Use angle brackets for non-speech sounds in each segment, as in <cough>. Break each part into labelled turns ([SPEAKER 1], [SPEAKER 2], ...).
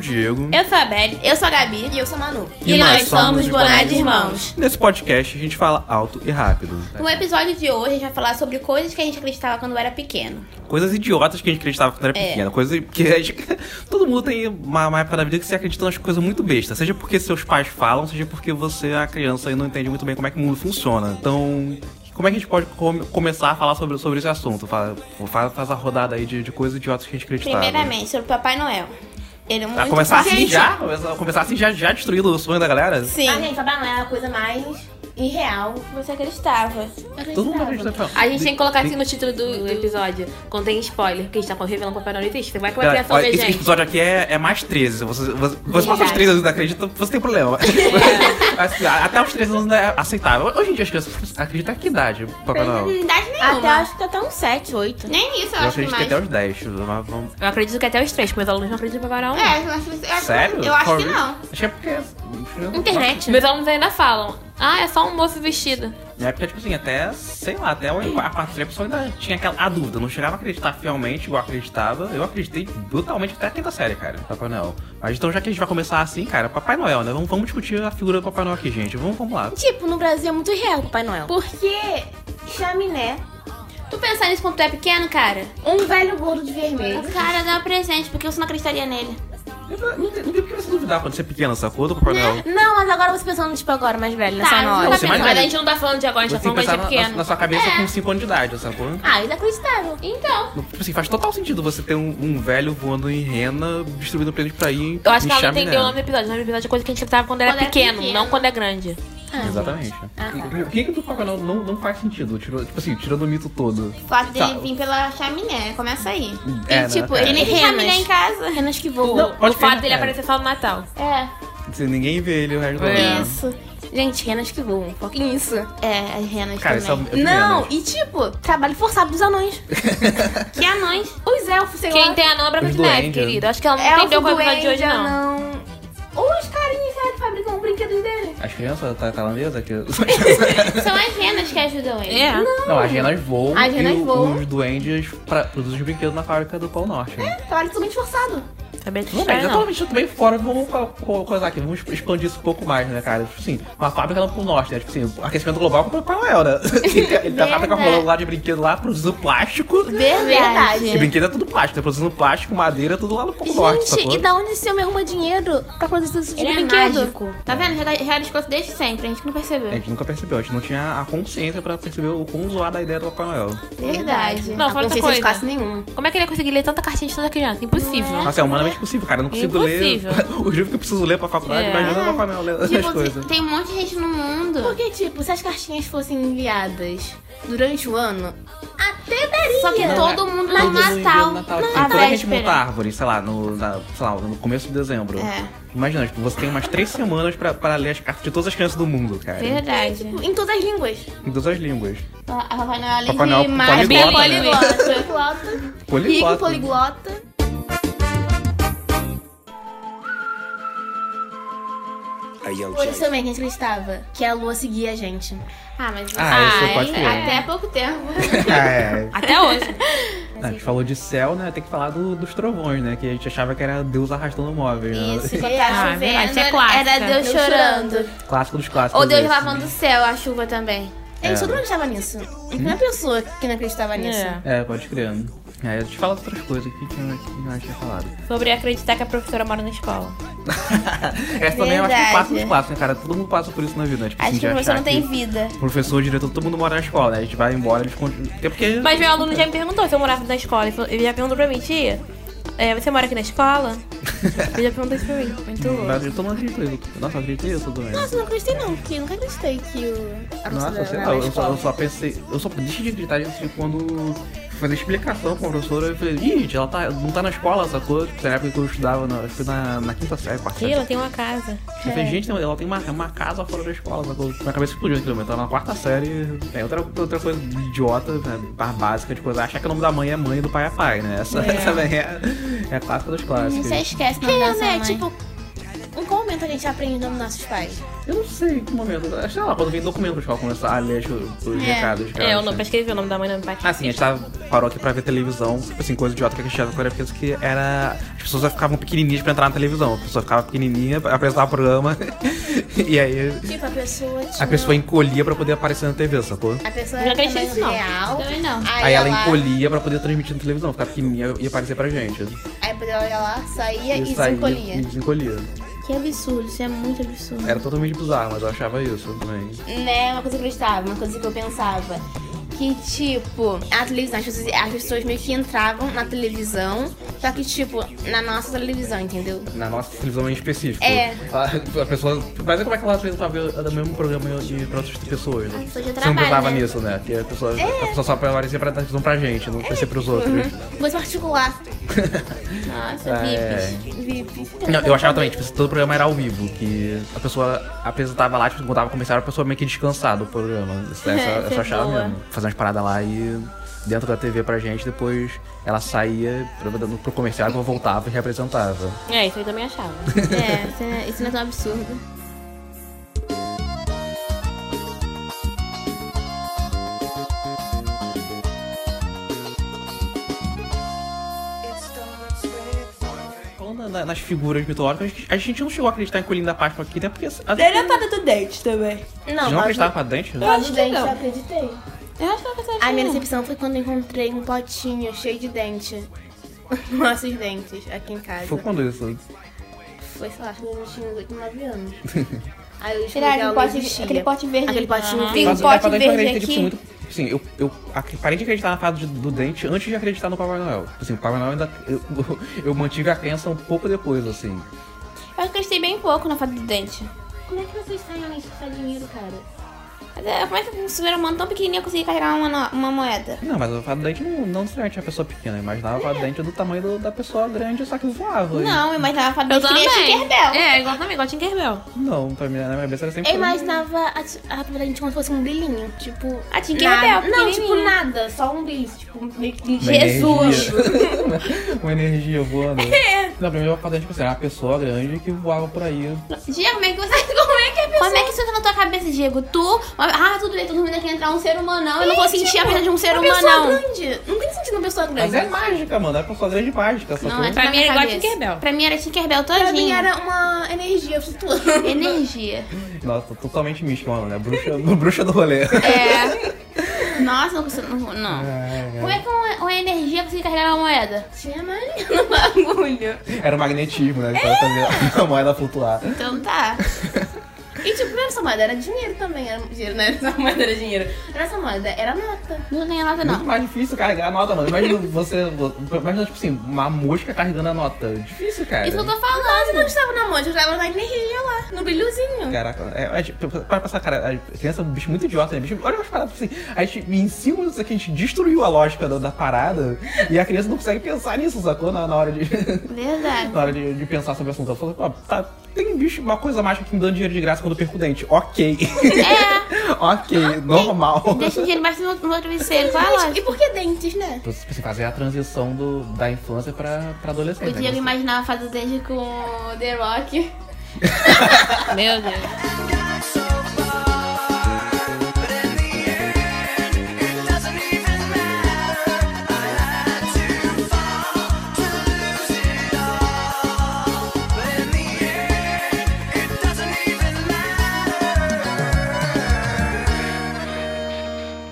[SPEAKER 1] Diego.
[SPEAKER 2] Eu sou a Belle. Eu sou a Gabi. E eu sou a Manu.
[SPEAKER 1] E
[SPEAKER 2] E,
[SPEAKER 1] nós
[SPEAKER 2] nós,
[SPEAKER 1] somos
[SPEAKER 2] somos Boná de
[SPEAKER 1] Irmãos.
[SPEAKER 2] Irmãos.
[SPEAKER 1] Nesse podcast a gente fala alto e rápido.
[SPEAKER 2] No
[SPEAKER 3] é-
[SPEAKER 2] episódio de hoje, a gente vai falar sobre coisas que a gente acreditava quando era pequeno.
[SPEAKER 1] Coisas idiotas que a gente acreditava quando era
[SPEAKER 2] É.
[SPEAKER 1] pequena. Coisa que a gente- <laughs> todo mundo tem uma, uma época da vida que você acredita nas coisas muito bestas. Seja porque seus pais falam, seja porque você é uma criança e não entende muito bem como é que o mundo funciona. Então, como é que a gente pode come- começar a falar sobre, sobre esse assunto? Fala- Faz, faz a rodada aí de, de coisas idiotas que a gente acreditava.
[SPEAKER 2] Primeiramente, sobre o Papai Noel. Ele é muito...
[SPEAKER 1] Vai começar assim
[SPEAKER 2] Gente,
[SPEAKER 1] já? Começar- Começar assim já, já destruindo o sonho da galera?
[SPEAKER 2] Sim.
[SPEAKER 4] Ah, gente, Papai Noel é a coisa mais irreal que você acreditava.
[SPEAKER 1] Todo mundo acredita. Fala.
[SPEAKER 3] A gente tem que colocar assim no título do, do episódio. Contém spoiler, porque a gente tá revelando Papai Noel e texto. Vai que
[SPEAKER 2] é
[SPEAKER 3] vai
[SPEAKER 1] Galera,
[SPEAKER 3] criação
[SPEAKER 1] olha,
[SPEAKER 3] da
[SPEAKER 1] esse
[SPEAKER 3] gente.
[SPEAKER 1] episódio aqui é, é mais 13. Você, você, você passa os
[SPEAKER 3] Verdade.
[SPEAKER 1] 13 anos e não acredita, você
[SPEAKER 2] <laughs>
[SPEAKER 1] tem problema. Assim, a- até os 13 anos ainda é aceitável. Hoje em dia as crianças acreditam que idade, Papai Noel?
[SPEAKER 2] Idade nenhuma.
[SPEAKER 4] Até acho que até uns 7, 8.
[SPEAKER 2] Nem isso, eu,
[SPEAKER 1] Eu
[SPEAKER 2] acho que
[SPEAKER 1] acredito que
[SPEAKER 2] mais.
[SPEAKER 1] até os 10. mas vamos-
[SPEAKER 3] Eu acredito que até os três, porque meus alunos não acreditam em Papai Noel. não.
[SPEAKER 2] É, eu acho, eu acho,
[SPEAKER 1] Sério?
[SPEAKER 2] Eu acho que
[SPEAKER 1] Corre-
[SPEAKER 2] não.
[SPEAKER 1] Acho que é porque.
[SPEAKER 3] Internet. Meus alunos ainda falam. Ah, é só um moço vestido.
[SPEAKER 1] Na época, tipo assim, até, sei lá, até o- a parte da pessoa ainda tinha aquela a dúvida. Não chegava a acreditar fielmente, igual eu acreditava. Eu acreditei brutalmente até a quinta série, cara, Papai Noel. Mas então, já que a gente vai começar assim, cara, Papai Noel, né? Vamos, vamos discutir a figura do Papai Noel aqui, gente. Vamos, vamos lá.
[SPEAKER 4] Tipo, no Brasil é muito irreal o Papai Noel. Porque chaminé,
[SPEAKER 2] Tu pensar nisso quando tu é pequeno, cara?
[SPEAKER 4] um velho gordo de vermelho.
[SPEAKER 2] Cara, dá um presente, porque você não acreditaria nele.
[SPEAKER 1] Eu Não não tem não tem por que você duvidar quando você é pequena, sacou? Do Papai
[SPEAKER 3] Né?
[SPEAKER 1] Noel.
[SPEAKER 4] Não, mas agora você pensando, tipo, agora mais velho, nessa
[SPEAKER 2] Tá,
[SPEAKER 4] hora.
[SPEAKER 2] não
[SPEAKER 3] Tá
[SPEAKER 1] Ah, você
[SPEAKER 3] pensando,
[SPEAKER 1] mais
[SPEAKER 3] mas
[SPEAKER 1] velho.
[SPEAKER 3] a gente não tá falando de agora, a
[SPEAKER 1] Você
[SPEAKER 3] gente
[SPEAKER 1] tem
[SPEAKER 3] tá
[SPEAKER 1] que pensar
[SPEAKER 3] falando quando a
[SPEAKER 1] na,
[SPEAKER 3] gente é
[SPEAKER 1] na- na
[SPEAKER 3] pequeno.
[SPEAKER 1] sua cabeça com 5 anos de idade, sacou?
[SPEAKER 2] tá-
[SPEAKER 4] Ah,
[SPEAKER 2] é
[SPEAKER 4] inacreditável.
[SPEAKER 2] Então,
[SPEAKER 1] Tipo assim, faz total sentido você ter um, um velho voando em rena, distribuindo presente pra ir.
[SPEAKER 3] Eu acho
[SPEAKER 1] em
[SPEAKER 3] que ela não
[SPEAKER 1] chaminé.
[SPEAKER 3] entendeu o nome do episódio. O nome do episódio é coisa que a gente acreditava quando, era
[SPEAKER 2] Quando era
[SPEAKER 3] pequeno,
[SPEAKER 2] pequeno.
[SPEAKER 3] não quando é grande.
[SPEAKER 1] Exatamente.
[SPEAKER 3] Ah, tá.
[SPEAKER 1] O que que do Papai Noel não, não faz sentido? Tirou, tipo assim, tirando o mito todo.
[SPEAKER 2] o fato dele
[SPEAKER 1] Tá.
[SPEAKER 2] vir pela chaminé, começa aí.
[SPEAKER 1] É, né?
[SPEAKER 4] e tipo,
[SPEAKER 1] É.
[SPEAKER 4] ele
[SPEAKER 2] Tem chaminé
[SPEAKER 4] renas.
[SPEAKER 2] em casa.
[SPEAKER 4] Renas que voam.
[SPEAKER 1] Não,
[SPEAKER 3] O
[SPEAKER 1] pode ficar
[SPEAKER 3] fato dele
[SPEAKER 1] na cara.
[SPEAKER 3] aparecer só no Natal.
[SPEAKER 2] É.
[SPEAKER 1] Se ninguém vê ele o resto do
[SPEAKER 3] É.
[SPEAKER 1] ano.
[SPEAKER 4] Isso. Gente, renas que voam. Foquem nisso.
[SPEAKER 2] É, as renas
[SPEAKER 1] Cara, isso é o
[SPEAKER 2] também.
[SPEAKER 1] é o de
[SPEAKER 4] Não,
[SPEAKER 1] menos.
[SPEAKER 4] e tipo, trabalho forçado dos anões.
[SPEAKER 2] <laughs> Que anões.
[SPEAKER 4] Os elfos, sei
[SPEAKER 3] Quem
[SPEAKER 4] lá.
[SPEAKER 3] tem anão é branca
[SPEAKER 1] Os
[SPEAKER 3] de neve,
[SPEAKER 1] duendes.
[SPEAKER 3] querido. Acho que ela não entendeu qual é o episódio de hoje, não.
[SPEAKER 4] Ou os carinhas lá que fabricam brinquedos dele.
[SPEAKER 1] As crianças tá, ta- tailandesas
[SPEAKER 3] <laughs>
[SPEAKER 1] que.
[SPEAKER 2] São as renas que ajudam ele.
[SPEAKER 3] É.
[SPEAKER 1] não, as renas voam.
[SPEAKER 4] As renas
[SPEAKER 1] e o-
[SPEAKER 4] voam.
[SPEAKER 1] Os duendes pra, produzem os brinquedos na fábrica do Polo Norte. né?
[SPEAKER 4] Trabalho totalmente forçado.
[SPEAKER 3] Sabia dessa
[SPEAKER 1] Não, mas
[SPEAKER 3] história, É, não.
[SPEAKER 1] exatamente, eu também fora, vamos co- co- coisar aqui, vamos expandir isso um pouco mais, né, cara? Tipo assim, uma fábrica lá pro norte, né? Tipo assim, aquecimento global com o Papai Noel, né? Ele tem- Ele tá a fábrica
[SPEAKER 2] Verdade.
[SPEAKER 1] rolando lá de brinquedo lá, produzindo plástico.
[SPEAKER 4] Verdade.
[SPEAKER 1] Que né? brinquedo é tudo plástico, né? Produzindo plástico, madeira, é tudo lá no Polo Norte,
[SPEAKER 4] Gente, e
[SPEAKER 1] sacou?
[SPEAKER 4] da onde esse homem arruma dinheiro pra produzir esse tipo
[SPEAKER 2] Ele é
[SPEAKER 4] brinquedo?
[SPEAKER 2] mágico. Tá vendo? Já realizou isso desde sempre, a gente não percebeu.
[SPEAKER 1] É, A
[SPEAKER 3] É
[SPEAKER 1] gente nunca percebeu, a gente não tinha a consciência pra perceber o quão zoada a ideia do Papai Noel.
[SPEAKER 2] Verdade.
[SPEAKER 3] Não,
[SPEAKER 2] A
[SPEAKER 3] fala outra
[SPEAKER 2] consciência
[SPEAKER 3] coisa.
[SPEAKER 2] de classe nenhuma.
[SPEAKER 3] Como é que ele ia conseguir ler tanta cartinha de toda criança? Impossível.
[SPEAKER 1] Nossa, é humanamente possível, cara. Eu não consigo
[SPEAKER 3] Impossível.
[SPEAKER 1] ler <laughs> o livro que eu preciso ler pra faculdade,
[SPEAKER 3] É.
[SPEAKER 1] imagina o Papai Noel lendo as coisas.
[SPEAKER 2] Tipo, tem um monte de gente no mundo.
[SPEAKER 4] Porque, tipo, se as cartinhas fossem enviadas durante o ano, até daria.
[SPEAKER 1] é.
[SPEAKER 2] Só que todo mundo no Natal. tá
[SPEAKER 1] Não,
[SPEAKER 2] na
[SPEAKER 1] quando a gente monta a
[SPEAKER 2] véspera.
[SPEAKER 1] tipo, tá, árvore, sei lá, no, na- sei lá, no começo de dezembro.
[SPEAKER 2] É.
[SPEAKER 1] Imagina, tipo, você tem umas três semanas pra, pra ler as cartas de todas as crianças do mundo,
[SPEAKER 3] é.
[SPEAKER 1] cara.
[SPEAKER 2] Verdade.
[SPEAKER 4] Tipo, Em todas as línguas.
[SPEAKER 1] Em todas as línguas.
[SPEAKER 2] A Papai Noel,
[SPEAKER 1] Papai
[SPEAKER 2] além
[SPEAKER 1] Noel
[SPEAKER 2] de mágico,
[SPEAKER 3] poliglota,
[SPEAKER 2] ele é
[SPEAKER 3] né?
[SPEAKER 2] poliglota.
[SPEAKER 4] Poliglota.
[SPEAKER 1] Poliglota.
[SPEAKER 4] Rico, poliglota. Por isso
[SPEAKER 2] é.
[SPEAKER 4] também que a gente acreditava que a lua seguia a gente.
[SPEAKER 2] Ah, mas
[SPEAKER 1] Ah, isso pode
[SPEAKER 2] ainda-
[SPEAKER 1] crer. <laughs>
[SPEAKER 2] até há pouco tempo.
[SPEAKER 1] Ah, <laughs> é.
[SPEAKER 3] Até hoje.
[SPEAKER 1] A gente falou de céu, né? Tem que falar do- dos trovões, né? Que a gente achava que era Deus arrastando móveis, né?
[SPEAKER 2] Isso, quando
[SPEAKER 3] Ah,
[SPEAKER 2] tá
[SPEAKER 3] verdade,
[SPEAKER 2] chovendo,
[SPEAKER 3] isso é clássico.
[SPEAKER 2] era Deus
[SPEAKER 4] Deus
[SPEAKER 2] chorando.
[SPEAKER 1] <laughs> Clássico dos clássicos.
[SPEAKER 2] Ou Deus
[SPEAKER 1] esse.
[SPEAKER 2] lavando o céu, a chuva também.
[SPEAKER 4] Gente, todo mundo É, acreditava nisso. Não é pessoa que não acreditava nisso.
[SPEAKER 3] É.
[SPEAKER 1] É, pode crer. Aí a gente fala outras coisas aqui que eu- que eu não tinha falado.
[SPEAKER 3] Sobre acreditar que a professora mora na escola.
[SPEAKER 1] <laughs> Essa também eu acho que
[SPEAKER 2] Verdade.
[SPEAKER 1] passa nos clássicos, né, cara? Todo mundo passa por isso na vida, né? Tipo, assim,
[SPEAKER 2] Acho
[SPEAKER 1] de
[SPEAKER 2] que você
[SPEAKER 1] achar
[SPEAKER 2] não tem vida.
[SPEAKER 1] Professor, diretor, todo mundo mora na escola, né? A gente vai embora, eles continuam. Até porque.
[SPEAKER 3] Mas meu aluno já me perguntou se eu morava na escola. Ele falou- Ele já perguntou pra mim, tia, é, você mora aqui na escola? Ele já perguntou isso pra mim. Muito
[SPEAKER 1] Hum, Mas
[SPEAKER 3] louco.
[SPEAKER 1] eu tô não acredito nisso. Nossa, eu acreditei nisso também.
[SPEAKER 4] Nossa, eu não acreditei não, porque eu nunca acreditei que o... a
[SPEAKER 1] Nossa,
[SPEAKER 4] professora
[SPEAKER 1] sei
[SPEAKER 4] era
[SPEAKER 1] lá, eu
[SPEAKER 4] na
[SPEAKER 1] só, eu
[SPEAKER 4] escola.
[SPEAKER 1] só pensei. Eu só deixei de acreditar nisso tipo, quando fui fazer explicação com a professora. Eu falei, ih, gente, ela tá, não tá na escola, sacou? Tipo, na época que eu estudava, na, eu fui na, na quinta série, quarta
[SPEAKER 3] Tia,
[SPEAKER 1] série.
[SPEAKER 3] ela tem uma casa.
[SPEAKER 1] Eu falei, gente, não, ela tem uma, é uma casa fora da escola, sacou? Minha cabeça explodiu naquele momento. Ela na quarta série. É outra, outra coisa idiota, né? mais básica, de coisa. achar que o nome da mãe é mãe e do pai é pai, né? Essa, essa também é, é a clássica dos clássicos.
[SPEAKER 2] Você esquece o nome
[SPEAKER 4] É,
[SPEAKER 2] da sua
[SPEAKER 4] né?
[SPEAKER 2] mãe.
[SPEAKER 4] Tipo, em qual momento momento a gente aprende o nome dos nossos pais?
[SPEAKER 1] Eu não sei em que momento. Sei lá, quando vem documento pra escola começar a ler os, os
[SPEAKER 4] É.
[SPEAKER 1] recados. cara,
[SPEAKER 3] É, eu não
[SPEAKER 1] assim.
[SPEAKER 3] pesquisei o nome da mãe do meu pai.
[SPEAKER 1] Assim, a gente tava, parou aqui pra ver televisão, tipo assim, coisa idiota que a gente achava quando era criança, que era. As pessoas já ficavam pequenininhas pra entrar na televisão. A pessoa ficava pequenininha, apresentava o programa, <laughs> e aí
[SPEAKER 4] Tipo, a pessoa tinha...
[SPEAKER 1] a pessoa encolhia pra poder aparecer na TV, sacou?
[SPEAKER 4] A pessoa
[SPEAKER 3] Não
[SPEAKER 4] era
[SPEAKER 3] acredito
[SPEAKER 4] tamanho
[SPEAKER 3] nisso, não.
[SPEAKER 4] real.
[SPEAKER 5] Também não.
[SPEAKER 4] Aí,
[SPEAKER 1] Aí ela
[SPEAKER 4] ela
[SPEAKER 1] encolhia pra poder transmitir na televisão, ficava pequenininha e aparecer pra gente.
[SPEAKER 4] Aí ela ia lá, saía e,
[SPEAKER 1] Isso
[SPEAKER 4] se
[SPEAKER 1] aí,
[SPEAKER 4] encolhia.
[SPEAKER 1] E desencolhia.
[SPEAKER 4] Que absurdo, isso é muito absurdo.
[SPEAKER 1] Era totalmente bizarro, mas eu achava isso também.
[SPEAKER 4] Né, uma coisa que eu gostava, uma coisa que eu pensava. Que, tipo, a televisão, as pessoas, as pessoas meio que entravam na televisão, só que, tipo, na nossa televisão, entendeu?
[SPEAKER 1] Na nossa televisão em específico.
[SPEAKER 4] É.
[SPEAKER 1] A, a pessoa. Mas é como é que ela apresentava o mesmo programa de pra outras pessoas, né?
[SPEAKER 4] Ah, pessoa já
[SPEAKER 1] Você não
[SPEAKER 4] trabalha,
[SPEAKER 1] pensava
[SPEAKER 4] né?
[SPEAKER 1] nisso, né? Que a pessoa, a pessoa só aparecia pra dar televisão pra gente, não aparecia
[SPEAKER 4] Uhum.
[SPEAKER 1] pros outros.
[SPEAKER 4] Coisa <laughs> particular. Nossa,
[SPEAKER 1] É.
[SPEAKER 4] VIP. Uhum. VIP.
[SPEAKER 1] Não, eu achava também, tipo, se todo programa era ao vivo, que a pessoa apresentava lá, tipo, contava começar a pessoa meio que descansar do programa. Isso,
[SPEAKER 4] <laughs>
[SPEAKER 1] essa, essa
[SPEAKER 4] é
[SPEAKER 1] eu achava
[SPEAKER 3] boa.
[SPEAKER 1] mesmo. Fazer umas paradas lá e dentro da TV pra gente, depois ela saía pro, pro comercial, ela voltava e reapresentava.
[SPEAKER 3] É, isso eu também achava.
[SPEAKER 4] É, isso, é, isso não é tão absurdo.
[SPEAKER 1] Falando na- nas figuras mitológicas, a gente- a gente não chegou a acreditar em Coelhinho da Páscoa aqui, né? Porque. A,
[SPEAKER 5] Ele é parada do dente também.
[SPEAKER 1] não,
[SPEAKER 4] Não,
[SPEAKER 1] não
[SPEAKER 4] mas
[SPEAKER 1] acreditava pra né? dente?
[SPEAKER 5] Eu acho que
[SPEAKER 4] dente, eu
[SPEAKER 5] não.
[SPEAKER 4] acreditei.
[SPEAKER 3] Eu acho que ela pensava
[SPEAKER 4] A minha decepção foi quando eu encontrei um potinho cheio de dente. Nossos dentes aqui em casa.
[SPEAKER 1] Foi quando isso?
[SPEAKER 4] Foi, sei lá, acho que eu tinha uns 8, 9 anos. Aí eu descobri que
[SPEAKER 5] Tiraram
[SPEAKER 4] ela
[SPEAKER 5] um
[SPEAKER 4] não
[SPEAKER 5] pote-
[SPEAKER 4] existia.
[SPEAKER 5] aquele pote verde.
[SPEAKER 4] Aquele potinho
[SPEAKER 5] Aham.
[SPEAKER 4] verde.
[SPEAKER 5] Tem um pote
[SPEAKER 1] é pra eu
[SPEAKER 5] verde
[SPEAKER 1] acreditei, tipo, muito- Sim, eu, eu ac- parei de acreditar na fada de- do dente antes de acreditar no Papai Noel. Assim, o Papai Noel ainda. Eu, <laughs> eu mantive a crença um pouco depois, assim.
[SPEAKER 5] Eu acreditei bem pouco na fada do dente.
[SPEAKER 4] Como é que vocês saem além de gastar dinheiro, cara?
[SPEAKER 5] Mas é, como é que um ser humano tão pequenininho conseguia carregar uma, no- uma moeda?
[SPEAKER 1] Não, mas a fada do dente não, não necessariamente é a pessoa pequena. Eu imaginava a fada do dente do tamanho do- da pessoa grande, só que voava. e-
[SPEAKER 5] Não, eu imaginava a fada do dente que nem a Tinkerbell.
[SPEAKER 3] É, igual também, igual a Tinkerbell.
[SPEAKER 1] Não, pra mim, na minha cabeça era sempre.
[SPEAKER 4] Eu
[SPEAKER 5] É,
[SPEAKER 4] imaginava a, a fada dente como se fosse um brilhinho, tipo...
[SPEAKER 5] A Tinkerbell,
[SPEAKER 4] nada. Não, tipo
[SPEAKER 5] pequenininha.
[SPEAKER 4] nada, só um brilho, tipo meio que...
[SPEAKER 1] Uma
[SPEAKER 5] Jesus. É.
[SPEAKER 1] energia- <laughs> uma energia voando. Não, pra mim, a fada do dente tipo, assim, era uma pessoa grande que voava por aí.
[SPEAKER 5] Diego, como é que você. <laughs> Como é que a pessoa. Como é que isso entra na tua cabeça, Diego? Tu. Ah, tudo bem, tô dormindo aqui entrar um ser humano, não. Eu não vou sentir a perna de um ser
[SPEAKER 4] Uma
[SPEAKER 5] humano,
[SPEAKER 4] pessoa
[SPEAKER 5] não.
[SPEAKER 4] grande. Não tem sentido uma pessoa grande.
[SPEAKER 1] Mas é mágica, mano. Era uma pessoa grande mágica, só
[SPEAKER 5] Não, é
[SPEAKER 1] que.
[SPEAKER 5] pra
[SPEAKER 3] Pra
[SPEAKER 5] Na
[SPEAKER 3] mim
[SPEAKER 5] minha
[SPEAKER 3] era igual a
[SPEAKER 5] cabeça.
[SPEAKER 3] Tinkerbell.
[SPEAKER 5] Pra mim era Tinkerbell
[SPEAKER 4] Pra mim
[SPEAKER 5] todinha.
[SPEAKER 4] era uma energia flutuando.
[SPEAKER 5] <laughs> Energia.
[SPEAKER 1] Nossa, totalmente mística, mano. É bruxa, <laughs> bruxa do rolê.
[SPEAKER 5] É. <laughs> Nossa, não consigo. Não. não. Como é que uma, uma energia consegue carregar uma moeda?
[SPEAKER 4] Tinha maneiro no bagulho.
[SPEAKER 1] Era magnetismo, né? Pra fazer a moeda flutuar.
[SPEAKER 5] Então tá.
[SPEAKER 4] E tipo, não era só moeda, era dinheiro também. Era dinheiro, né? não era só moeda, era dinheiro. Não era só moeda, era nota.
[SPEAKER 5] Não ganha nada,
[SPEAKER 1] Muito
[SPEAKER 5] não. É
[SPEAKER 1] mais difícil carregar a nota, mano. Imagina você. Imagina, tipo assim, uma mosca carregando a nota. Difícil, cara.
[SPEAKER 5] Isso que eu tô
[SPEAKER 4] Nossa,
[SPEAKER 5] falando.
[SPEAKER 4] não estava na moda, eu estava na energia lá, no brilhozinho.
[SPEAKER 1] Caraca, é, é, tipo, para passar, cara, a criança é um bicho muito idiota, né? Bicho, olha umas paradas assim. A gente, em cima disso aqui, a gente destruiu a lógica da, da parada e a criança não consegue pensar nisso, sacou? Na, na hora de.
[SPEAKER 5] Verdade.
[SPEAKER 1] <laughs> na hora de, de pensar sobre o assunto. Ela falou, ó, tá, tem bicho, uma coisa mágica que me dando dinheiro de graça quando eu perco o dente. Ok. <laughs> ok, normal.
[SPEAKER 5] É. Deixa o dinheiro embaixo do meu- do meu travesseiro. Qual é a
[SPEAKER 4] E
[SPEAKER 5] lógica?
[SPEAKER 4] por que dentes, né?
[SPEAKER 1] Tipo, Você precisa fazer a transição do, da infância pra, pra adolescente.
[SPEAKER 5] O
[SPEAKER 1] né?
[SPEAKER 5] Diego imaginava fazer desde com The Rock.
[SPEAKER 3] Meu
[SPEAKER 1] Tá.
[SPEAKER 3] Deus.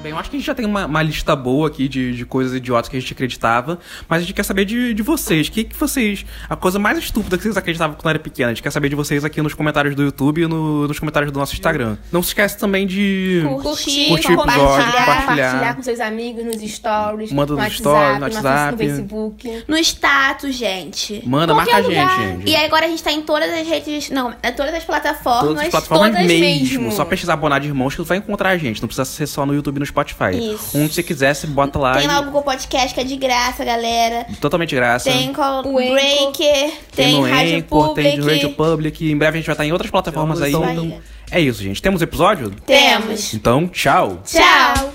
[SPEAKER 1] Bem, eu acho que a gente já tem uma, uma lista boa aqui de, de coisas idiotas que a gente acreditava, mas a gente quer saber de, de vocês. O que, que vocês. A coisa mais estúpida que vocês acreditavam quando era pequena. A gente quer saber de vocês aqui nos comentários do YouTube e no- nos comentários do nosso Instagram. Não se esquece também de.
[SPEAKER 4] Curtir,
[SPEAKER 1] Curtir o episódio,
[SPEAKER 4] compartilhar,
[SPEAKER 1] compartilhar.
[SPEAKER 4] compartilhar com seus amigos nos stories,
[SPEAKER 1] Manda
[SPEAKER 4] no
[SPEAKER 1] nos
[SPEAKER 4] WhatsApp,
[SPEAKER 1] stories, no
[SPEAKER 4] no
[SPEAKER 1] WhatsApp.
[SPEAKER 4] Facebook.
[SPEAKER 5] No status, gente.
[SPEAKER 1] Manda,
[SPEAKER 5] Qualquer
[SPEAKER 1] marca a
[SPEAKER 5] lugar.
[SPEAKER 1] gente, gente.
[SPEAKER 5] E agora a gente tá em todas as redes. Não, é todas as plataformas.
[SPEAKER 1] Todas as plataformas
[SPEAKER 5] todas
[SPEAKER 1] mesmo. Só pesquisar Bonar de Irmãos que tu vai encontrar a gente. Não precisa ser só no YouTube e no Spotify.
[SPEAKER 5] Isso.
[SPEAKER 1] Onde você quiser, você bota lá.
[SPEAKER 5] Tem
[SPEAKER 1] e-
[SPEAKER 5] lá o Google Podcast, que é de graça, galera.
[SPEAKER 1] Totalmente de graça.
[SPEAKER 5] Tem Call
[SPEAKER 4] O Anchor.
[SPEAKER 5] Breaker, tem,
[SPEAKER 1] no
[SPEAKER 5] Rádio
[SPEAKER 1] Anchor, tem
[SPEAKER 5] Public.
[SPEAKER 1] Radio Public. Em breve a gente vai estar em outras plataformas aí.
[SPEAKER 5] Isso aí.
[SPEAKER 1] Então, é isso, gente. Temos episódio?
[SPEAKER 5] Temos.
[SPEAKER 1] Então, tchau.
[SPEAKER 5] Tchau.